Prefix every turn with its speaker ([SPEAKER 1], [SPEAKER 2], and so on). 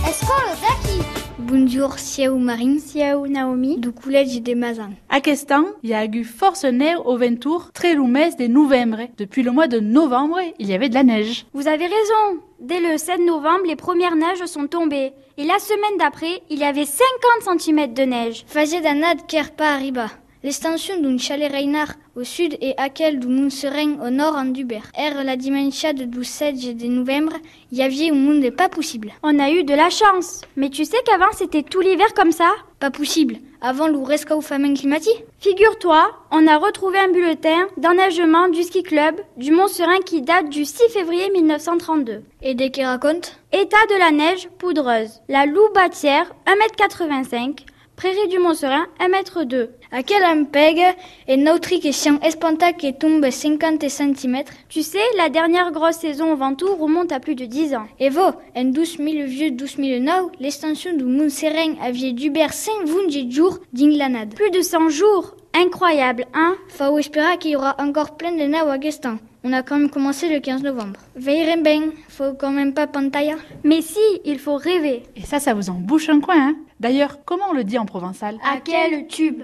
[SPEAKER 1] Kawasaki.
[SPEAKER 2] Bonjour, Siaou Marine. Siaou Naomi. Du collège des Mazans.
[SPEAKER 3] Akestan, il y a eu force nerf au Ventour, très loumès des novembre. Depuis le mois de novembre, il y avait de la neige.
[SPEAKER 4] Vous avez raison. Dès le 7 novembre, les premières neiges sont tombées. Et la semaine d'après, il y avait 50 cm de neige.
[SPEAKER 2] Fazedanad Kerpa Arriba. L'extension d'un chalet Reynard au sud et aquel du mont Serein au nord en Dubert. Er la dimanche de 12 7 de novembre, il y avait un monde pas possible.
[SPEAKER 4] On a eu de la chance. Mais tu sais qu'avant c'était tout l'hiver comme ça
[SPEAKER 2] Pas possible. Avant l'Ouresca ou famine climatique
[SPEAKER 4] Figure-toi, on a retrouvé un bulletin d'enneigement du ski club du Mont Serein qui date du 6 février 1932.
[SPEAKER 2] Et dès qu'il raconte
[SPEAKER 4] État de la neige poudreuse. La Loubatière, 1m85. Prairie du Mont Serein, 1m2.
[SPEAKER 2] À quel impeg et notre question espanta qui tombe 50 cm
[SPEAKER 4] Tu sais, la dernière grosse saison au Ventoux remonte à plus de 10 ans.
[SPEAKER 2] Et vos, en 12 000 vieux 12 000 now, l'extension du Mont Serein avait d'Hubert 5 de jours d'Inglanade.
[SPEAKER 4] Plus de 100 jours Incroyable, hein
[SPEAKER 2] Faut espérer qu'il y aura encore plein de nao à Gaston. On a quand même commencé le 15 novembre. Veillez bien, faut quand même pas pantaya.
[SPEAKER 4] Mais si, il faut rêver.
[SPEAKER 3] Et ça, ça vous en bouche un coin, hein D'ailleurs, comment on le dit en provençal
[SPEAKER 4] À quel tube